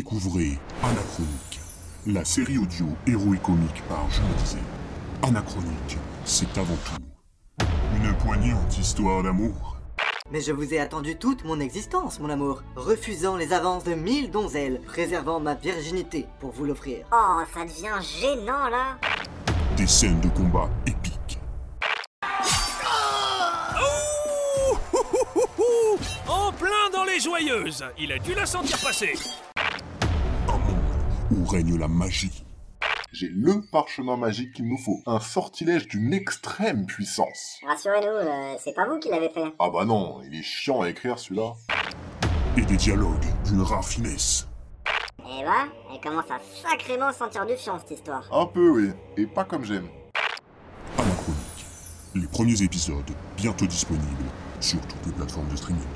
Découvrez Anachronique, la série audio héroïcomique par Jean Bizet. Anachronique, c'est avant tout une poignante histoire d'amour. Mais je vous ai attendu toute mon existence, mon amour, refusant les avances de mille donzelles, préservant ma virginité pour vous l'offrir. Oh, ça devient gênant là Des scènes de combat épiques. Oh Hou, hou, hou, hou En plein dans les joyeuses Il a dû la sentir passer Un monde où règne la magie. J'ai le parchemin magique qu'il nous faut. Un sortilège d'une extrême puissance. Rassurez-nous, euh, c'est pas vous qui l'avez fait. Ah bah non, il est chiant à écrire celui-là. Et des dialogues d'une rare finesse. Eh bah, elle commence à sacrément sentir du fion cette histoire. Un peu oui, et pas comme j'aime. Anachronique, les premiers épisodes bientôt disponibles sur toutes les plateformes de streaming.